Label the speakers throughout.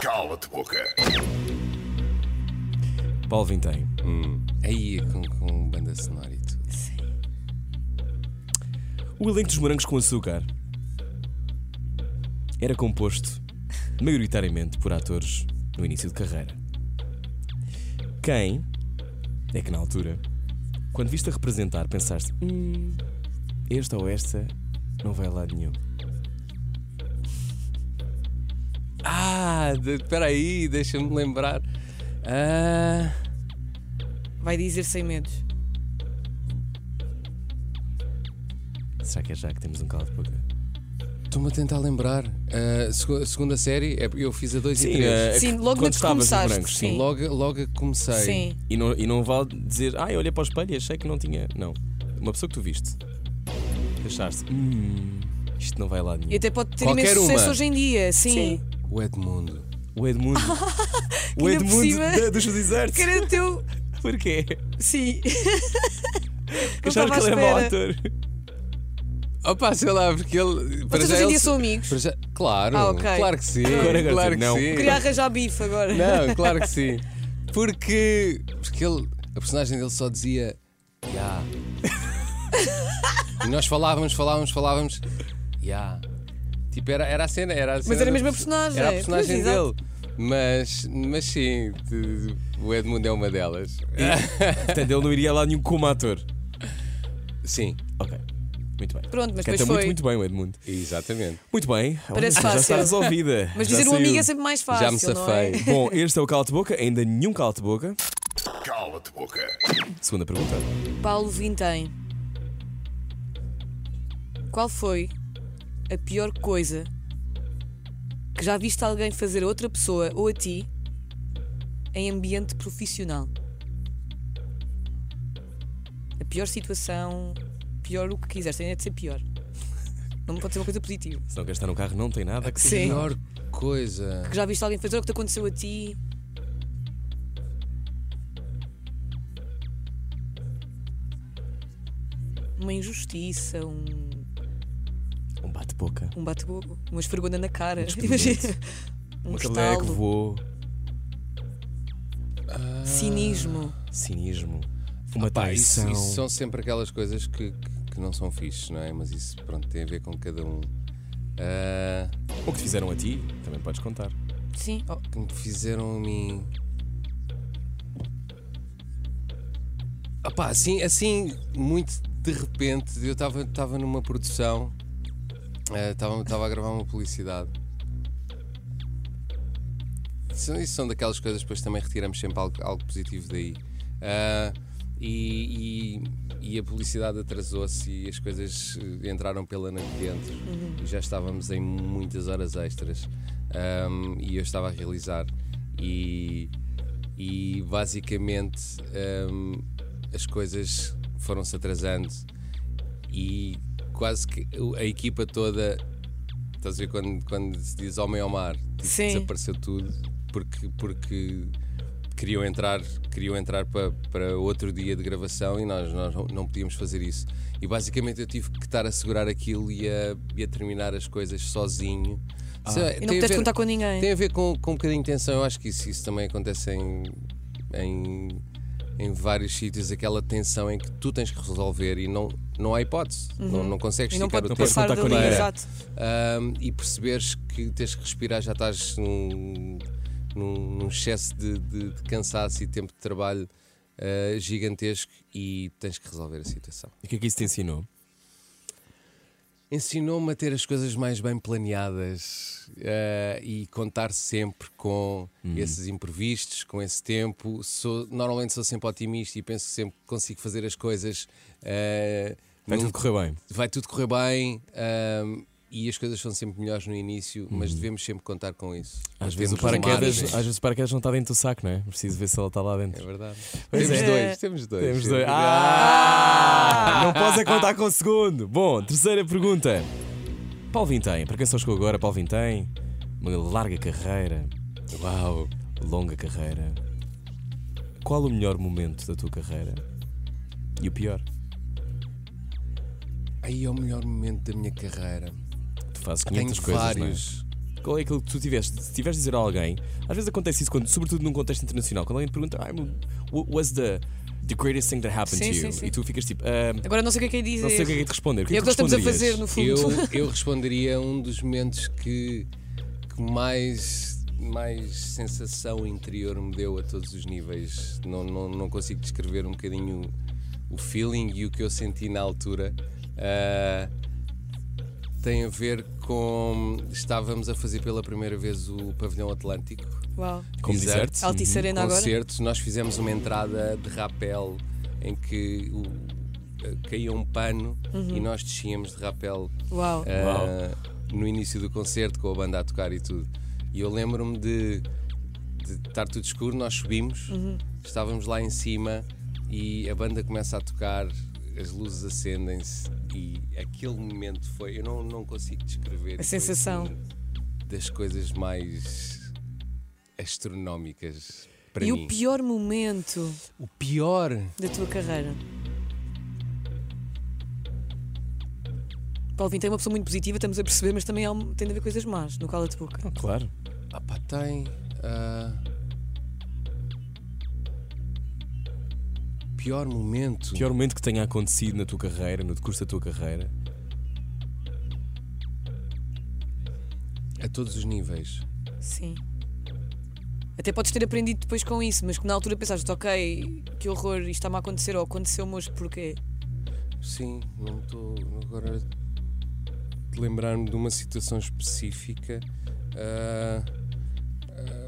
Speaker 1: Cala-te boca.
Speaker 2: Paulo Vintém.
Speaker 3: Aí com, com banda sonora e tudo.
Speaker 2: O elenco dos morangos com açúcar era composto maioritariamente por atores no início de carreira. Quem é que na altura, quando viste a representar, pensaste: hum, este ou esta não vai a lado nenhum.
Speaker 3: Ah, de- espera aí, deixa-me lembrar. Ah,
Speaker 4: Vai dizer sem medos.
Speaker 2: Será que é já que temos um calo de boca?
Speaker 3: Estou-me a tentar lembrar. Ah, segu- a segunda série, é- eu fiz a 2 e 3.
Speaker 2: eh,
Speaker 4: Sim, logo
Speaker 2: quando
Speaker 4: que
Speaker 2: estavas nos
Speaker 4: começaste,
Speaker 2: morangos, sim.
Speaker 4: sim.
Speaker 3: Logo, logo a comecei.
Speaker 4: Sim.
Speaker 2: E não, e não vale dizer, ah, eu olhei para o espelho e achei que não tinha. Não. Uma pessoa que tu viste. Achaste, hum, isto não vai lá nenhum.
Speaker 4: E até pode ter
Speaker 3: Qualquer
Speaker 4: imenso sucesso
Speaker 3: uma.
Speaker 4: hoje em dia, sim.
Speaker 3: O Edmundo.
Speaker 2: O Edmundo. o
Speaker 4: por
Speaker 2: Edmundo
Speaker 4: cima-
Speaker 2: da, dos desertos.
Speaker 4: Cara do teu.
Speaker 2: Porquê?
Speaker 4: Sim.
Speaker 2: Porque
Speaker 4: Não
Speaker 2: acharam
Speaker 4: estava
Speaker 2: que
Speaker 4: à
Speaker 2: ele era mau
Speaker 4: espera.
Speaker 2: ator.
Speaker 3: Opa, sei lá, porque ele.
Speaker 4: Vocês
Speaker 3: já
Speaker 4: hoje em
Speaker 3: ele
Speaker 4: dia
Speaker 3: se-
Speaker 4: são amigos.
Speaker 3: para já- Claro,
Speaker 4: Ah, ok.
Speaker 3: claro que sim.
Speaker 2: Agora, agora,
Speaker 3: claro que
Speaker 2: não.
Speaker 3: sim.
Speaker 4: Queria arranjar bife agora.
Speaker 3: Não, claro que sim. Porque, porque ele, a personagem dele só dizia Ya. E nós falávamos, falávamos, falávamos Ya. Tipo, era, era a cena, era a cena.
Speaker 4: era
Speaker 3: da
Speaker 4: mesmo a
Speaker 3: perso-
Speaker 4: personagem,
Speaker 3: Era a personagem
Speaker 4: pois, exato.
Speaker 3: dele. Mas, mas sim, de- o Edmundo é uma delas.
Speaker 2: Portanto, ele não iria lá nenhum como ator.
Speaker 3: Sim,
Speaker 2: Ok. Muito bem.
Speaker 4: Pronto, mas
Speaker 2: Canta
Speaker 4: depois
Speaker 2: muito,
Speaker 4: foi.
Speaker 2: muito bem o Edmundo.
Speaker 3: exatamente.
Speaker 2: Muito bem. Olha,
Speaker 4: Parece
Speaker 2: já
Speaker 4: fácil.
Speaker 2: está resolvida.
Speaker 4: Mas
Speaker 2: Já
Speaker 4: dizer um
Speaker 2: saiu.
Speaker 4: amigo é sempre mais fácil.
Speaker 3: Já me
Speaker 4: não é?
Speaker 3: safei.
Speaker 2: Bom, este é o calo de boca. Ainda nenhum calo de boca.
Speaker 1: Cala-te boca.
Speaker 2: Segunda pergunta.
Speaker 4: Paulo Vintém. Qual foi a pior coisa que já viste alguém fazer a outra pessoa ou a ti em ambiente profissional? A pior situação, pior o que quiseres, tem de ser pior. Não pode ser uma coisa positiva.
Speaker 2: Se não queres estar no carro, não tem nada que
Speaker 4: Sim.
Speaker 3: Melhor coisa.
Speaker 4: Que já viste alguém fazer ou que te aconteceu a ti? Uma injustiça, um.
Speaker 2: Um bate-boca.
Speaker 4: um bate-bogo, uma esfregona na cara.
Speaker 2: Um despedimento.
Speaker 4: Imagina. Um
Speaker 2: Uma cadeira que
Speaker 4: estalo,
Speaker 2: voou.
Speaker 4: cinismo.
Speaker 2: Cinismo. Uma
Speaker 3: Pá, isso-
Speaker 2: traição.
Speaker 3: isso são sempre aquelas coisas que, que- que não são fixes, não é? Mas isso, pronto, tem a ver com cada um. Ah,
Speaker 2: O que te fizeram a ti, também podes contar.
Speaker 4: Sim.
Speaker 3: Oh, que me fizeram a mim. Opá, assim, assim, muito de repente, eu estava numa produção, estava a gravar uma publicidade. São- isso são daquelas coisas, depois também retiramos sempre algo, algo positivo daí. Ah, e, e- e a publicidade atrasou-se e as coisas eh, entraram pela noite dentro e já estávamos em muitas horas extras Ahm, e eu estava a realizar e, e basicamente ahm, as coisas foram-se atrasando e quase que a equipa toda estás a ver quando, quando se diz homem ao mar tipo,
Speaker 4: Sim.
Speaker 3: desapareceu tudo porque, porque queriam entrar, queriam entrar para, para outro dia de gravação e nós, nós não- não podíamos fazer isso. E basicamente eu tive que estar a segurar aquilo e a, e a terminar as coisas sozinho. Sei lá,
Speaker 4: Ah. E
Speaker 3: tem
Speaker 4: não
Speaker 3: a
Speaker 4: podes
Speaker 3: ver-
Speaker 4: contar com ninguém.
Speaker 3: Tem a ver com, com um bocadinho de tensão, eu acho que isso, isso também acontece em, em, em vários sítios, aquela tensão em que tu tens que resolver e não, não há hipótese, não, não consegues
Speaker 4: Uhum. E não
Speaker 3: esticar
Speaker 4: pode
Speaker 3: o tempo.
Speaker 4: passar
Speaker 2: contar com
Speaker 4: dali,
Speaker 2: ninguém.
Speaker 4: exato.
Speaker 3: Um, e perceberes que tens que respirar, já estás num, num, num excesso de, de- de cansaço e tempo de trabalho uh, gigantesco e tens que resolver a situação.
Speaker 2: E o que é que isso te ensinou?
Speaker 3: Ensinou-me a ter as coisas mais bem planeadas eh, e contar sempre com
Speaker 2: Uhum.
Speaker 3: esses imprevistos, com esse tempo. Sou- normalmente sou sempre otimista e penso que sempre consigo fazer as coisas. eh,
Speaker 2: Vai
Speaker 3: num-
Speaker 2: tudo correr bem.
Speaker 3: vai tudo correr bem ahm, e as coisas são sempre melhores no início, mas devemos sempre contar com isso.
Speaker 2: Uhum. Às
Speaker 3: Nós
Speaker 2: vezes, o é
Speaker 3: temos
Speaker 2: paraquedas,
Speaker 3: margens.
Speaker 2: às vezes o paraquedas não está dentro do saco, não é? Preciso ver se ela está lá
Speaker 3: É
Speaker 2: dentro.
Speaker 3: verdade.
Speaker 2: Pois
Speaker 3: temos
Speaker 2: é.
Speaker 3: dois, temos dois.
Speaker 2: Temos
Speaker 3: é
Speaker 2: dois.
Speaker 3: verdade.
Speaker 2: Ah! Não podes é contar com o segundo. Bom, terceira pergunta. Paulo Vintém, para quem só chegou agora, Paulo Vintém, uma larga carreira,
Speaker 3: Uau!
Speaker 2: longa carreira. Qual o melhor momento da tua carreira? E o pior?
Speaker 3: Aí é o melhor momento da minha carreira.
Speaker 2: Tu fazes
Speaker 3: Tenho
Speaker 2: 500 coisas, não é?
Speaker 3: vários.
Speaker 2: qual é aquilo que tu tiveste? Se tiveres de dizer a alguém, às vezes acontece isso, quando, sobretudo num contexto internacional, quando alguém te pergunta, ah, what was the, the greatest thing that happened
Speaker 4: Sim,
Speaker 2: to you?
Speaker 4: sim, sim.
Speaker 2: E tu ficas tipo, "Ah,
Speaker 4: Agora não sei o que é que é dizer.
Speaker 2: não sei o que é que é de responder. O que
Speaker 4: E é o que nós
Speaker 2: tu
Speaker 4: estamos a
Speaker 2: responderias?
Speaker 4: fazer, no fundo.
Speaker 3: Eu, eu responderia um dos momentos que, que mais, mais sensação interior me deu a todos os níveis. Não, não, não consigo descrever um bocadinho o feeling e o que eu senti na altura. Ah, tem a ver com. Estávamos a fazer pela primeira vez o Pavilhão Atlântico.
Speaker 4: Uau.
Speaker 2: Como
Speaker 3: Exato.
Speaker 2: deserto.
Speaker 4: Altice Arena agora.
Speaker 3: concertos, nós fizemos uma entrada de rapel em que o- caía um pano
Speaker 4: Uhum.
Speaker 3: e nós descíamos de rapel
Speaker 4: Uau.
Speaker 3: ah,
Speaker 2: Uau.
Speaker 3: no início do concerto com a banda a tocar e tudo. E eu lembro-me de, de estar tudo escuro, nós subimos,
Speaker 4: Uhum.
Speaker 3: estávamos lá em cima e a banda começa a tocar, as luzes acendem-se e aquele momento foi. Eu não, não consigo descrever.
Speaker 4: A
Speaker 3: foi,
Speaker 4: sensação.
Speaker 3: assim, das coisas mais astronómicas para
Speaker 4: E
Speaker 3: mim.
Speaker 4: o pior momento
Speaker 3: o pior.
Speaker 4: da tua carreira? Paulo Vinho é uma pessoa muito positiva, estamos a perceber, mas também há um- tem de haver coisas más no cala de boca.
Speaker 2: Ah, Claro.
Speaker 3: Ah, pá, tem. ah, Pior momento.
Speaker 2: O pior momento que tenha acontecido na tua carreira, no decurso da tua carreira.
Speaker 3: A todos os níveis.
Speaker 4: Sim. Até podes ter aprendido depois com isso, mas que na altura pensaste, ok, que horror, isto está-me a acontecer, ou aconteceu-me hoje porquê?
Speaker 3: Sim, não estou agora de lembrar-me de uma situação específica. Ah, ah,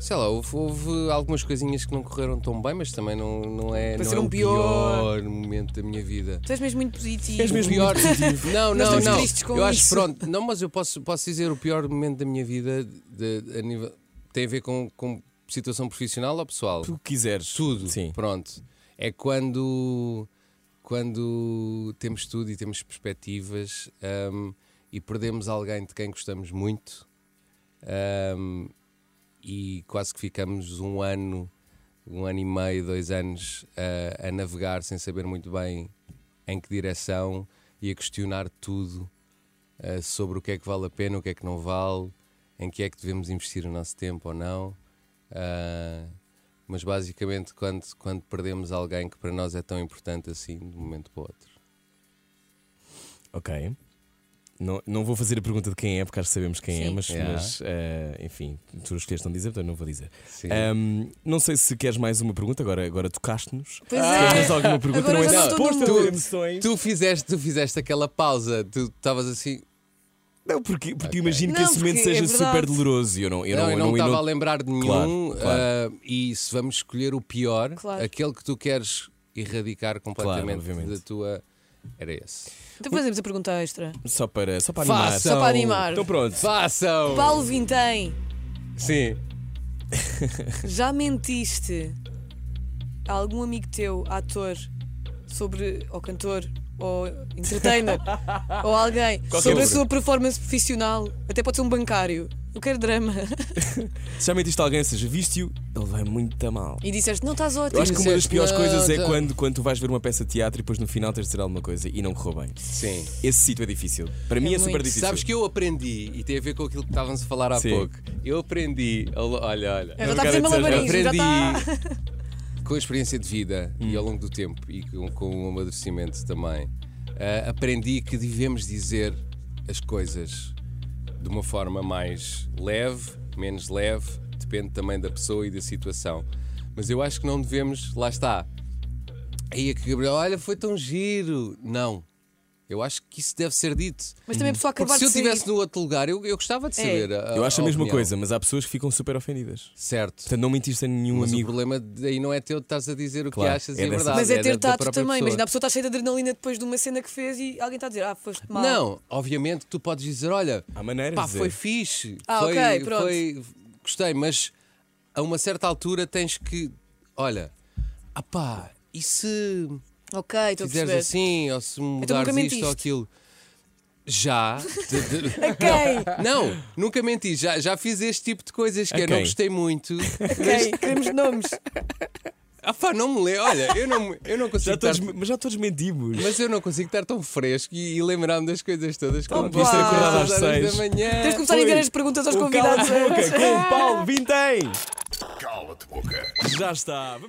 Speaker 3: sei lá, houve, houve algumas coisinhas que não correram tão bem, mas também não, não é, não é
Speaker 4: Pareceram
Speaker 3: o
Speaker 4: pior.
Speaker 3: pior momento da minha vida.
Speaker 4: Tu és é mesmo muito positivo.
Speaker 2: És
Speaker 3: O
Speaker 2: mesmo
Speaker 3: pior. Não,
Speaker 4: Nós
Speaker 3: não,
Speaker 4: estamos
Speaker 3: não.
Speaker 4: tristes com
Speaker 3: eu acho
Speaker 4: isso.
Speaker 3: pronto. Não, mas eu posso, posso dizer o pior momento da minha vida de- de- a nível- tem a ver com, com situação profissional ou pessoal?
Speaker 2: Tu quiseres.
Speaker 3: Tudo.
Speaker 2: Sim.
Speaker 3: Pronto. É quando, quando temos tudo e temos perspectivas hum, e perdemos alguém de quem gostamos muito hum, e quase que ficamos um ano, um ano e meio, dois anos a, a navegar sem saber muito bem em que direção e a questionar tudo ah, sobre o que é que vale a pena, o que é que não vale, em que é que devemos investir o nosso tempo ou não. Ah, mas basicamente, quando, quando perdemos alguém que para nós é tão importante assim, de um momento para o outro.
Speaker 2: Ok. Não, não vou fazer a pergunta de quem é, porque acho que sabemos quem é,
Speaker 4: Sim.
Speaker 2: mas,
Speaker 3: Yeah.
Speaker 2: mas, eh, enfim, tu escolheste não dizer, portanto não vou dizer.
Speaker 3: Sim.
Speaker 2: Ahm, não sei se queres mais uma pergunta, agora, agora tocaste-nos.
Speaker 4: Pois
Speaker 2: Se
Speaker 4: é.
Speaker 2: tens alguma pergunta, não
Speaker 4: Agora já
Speaker 2: é
Speaker 4: estou
Speaker 2: suposto
Speaker 4: num-
Speaker 2: haver emoções.
Speaker 3: tu, fizeste, tu fizeste aquela pausa, tu estavas assim.
Speaker 2: Não, porque, porque
Speaker 3: Ok.
Speaker 2: imagino que
Speaker 4: Não,
Speaker 2: esse momento
Speaker 4: porque é
Speaker 2: seja
Speaker 4: verdade.
Speaker 2: super doloroso e eu não, eu não,
Speaker 3: não, eu não
Speaker 2: eu
Speaker 3: estava a lembrar de nenhum.
Speaker 2: Claro, claro.
Speaker 3: ah, e se vamos escolher o pior,
Speaker 4: Claro.
Speaker 3: aquele que tu queres erradicar completamente
Speaker 2: obviamente.
Speaker 3: da tua. Era esse.
Speaker 4: Então fazemos a pergunta extra.
Speaker 2: Só para, só para animar.
Speaker 3: Façam!
Speaker 4: Só para animar.
Speaker 2: Então pronto.
Speaker 3: Façam!
Speaker 4: Paulo Vintém,
Speaker 3: Sim.
Speaker 4: já mentiste a algum amigo teu, ator, sobre. ou cantor, ou entertainer, ou alguém,
Speaker 2: Qualquer
Speaker 4: sobre a
Speaker 2: outro.
Speaker 4: sua performance profissional? Até pode ser um bancário. Eu quero drama.
Speaker 2: Se já metiste alguém, seja viste-o, ele vai muito a mal.
Speaker 4: E disseste, não estás
Speaker 2: Eu
Speaker 4: ótimo.
Speaker 2: acho que uma das
Speaker 3: disseste,
Speaker 2: piores
Speaker 3: "Não,
Speaker 2: coisas é
Speaker 3: tá."
Speaker 2: quando, quando tu vais ver uma peça de teatro e depois no final tens de dizer alguma coisa e não correu bem.
Speaker 3: Sim.
Speaker 2: Esse sítio é difícil. Para mim é
Speaker 4: muito.
Speaker 2: super difícil.
Speaker 3: Sabes que eu aprendi, e tem a ver com aquilo que estávamos a falar há
Speaker 2: Sim.
Speaker 3: pouco. Eu aprendi, olha, olha.
Speaker 4: Ela
Speaker 2: Eu
Speaker 4: está a
Speaker 2: quero dizer,
Speaker 4: fazer malabarismo, É, já tá
Speaker 3: aprendi
Speaker 4: está.
Speaker 3: com a experiência de vida e ao longo do tempo e com, com o amadurecimento também, ah, aprendi que devemos dizer as coisas de uma forma mais leve, menos leve, depende também da pessoa e da situação. Mas eu acho que não devemos, lá está. Aí a que Gabriel, olha, foi tão giro. Não. Eu acho que isso deve ser dito.
Speaker 4: Mas também a pessoa
Speaker 3: Porque
Speaker 4: acabar
Speaker 3: se eu
Speaker 4: de sair.
Speaker 3: estivesse no outro lugar, eu, eu gostava de
Speaker 4: É.
Speaker 3: saber. a-
Speaker 2: Eu acho a mesma
Speaker 3: Ah, opinião.
Speaker 2: coisa, mas há pessoas que ficam super ofendidas.
Speaker 3: Certo.
Speaker 2: Portanto, não mentiste a nenhum
Speaker 3: Mas o
Speaker 2: amigo.
Speaker 3: problema aí não é teu de estás a dizer o
Speaker 2: Claro,
Speaker 3: que achas
Speaker 2: é
Speaker 3: e é
Speaker 2: dessa-
Speaker 3: verdade.
Speaker 4: Mas é ter
Speaker 3: da- da
Speaker 4: tato
Speaker 3: própria
Speaker 4: também.
Speaker 3: pessoa.
Speaker 4: Imagina, a pessoa está cheia de adrenalina depois de uma cena que fez e alguém está a dizer, ah, foste mal.
Speaker 3: Não, obviamente tu podes dizer, olha,
Speaker 2: Há maneiras
Speaker 3: pá,
Speaker 2: de dizer.
Speaker 3: foi fixe.
Speaker 4: Ah,
Speaker 3: foi,
Speaker 4: ok, pronto.
Speaker 3: foi- gostei, mas a uma certa altura tens que, olha, ah pá, e se
Speaker 4: Ok, estou a
Speaker 3: fizeres
Speaker 4: perceber. Então
Speaker 3: assim, ou se mudares
Speaker 4: nunca
Speaker 3: isto ou
Speaker 4: mentiste.
Speaker 3: aquilo? Já. De- de-
Speaker 4: Ok,
Speaker 3: Não, nunca menti. Já, já fiz este tipo de coisas que
Speaker 2: A
Speaker 3: eu não
Speaker 2: quem?
Speaker 3: gostei muito.
Speaker 4: ok, queremos nomes.
Speaker 3: Ah pá, não me lembro. Olha, eu não, eu não consigo
Speaker 2: Já
Speaker 3: estar...
Speaker 2: todos, mas já todos mentimos.
Speaker 3: Mas eu não consigo estar tão fresco e, e lembrar-me das coisas todas.
Speaker 2: Pá,
Speaker 3: como
Speaker 2: devias ter
Speaker 3: vocês
Speaker 2: é acordado às
Speaker 3: horas
Speaker 2: seis.
Speaker 3: da manhã.
Speaker 4: Tens de começar a
Speaker 2: foi.
Speaker 4: enviar as perguntas aos é?
Speaker 2: O Cala
Speaker 4: convidados.
Speaker 2: a boca com o Paulo Vintém.
Speaker 1: Cala-te boca.
Speaker 2: Já está.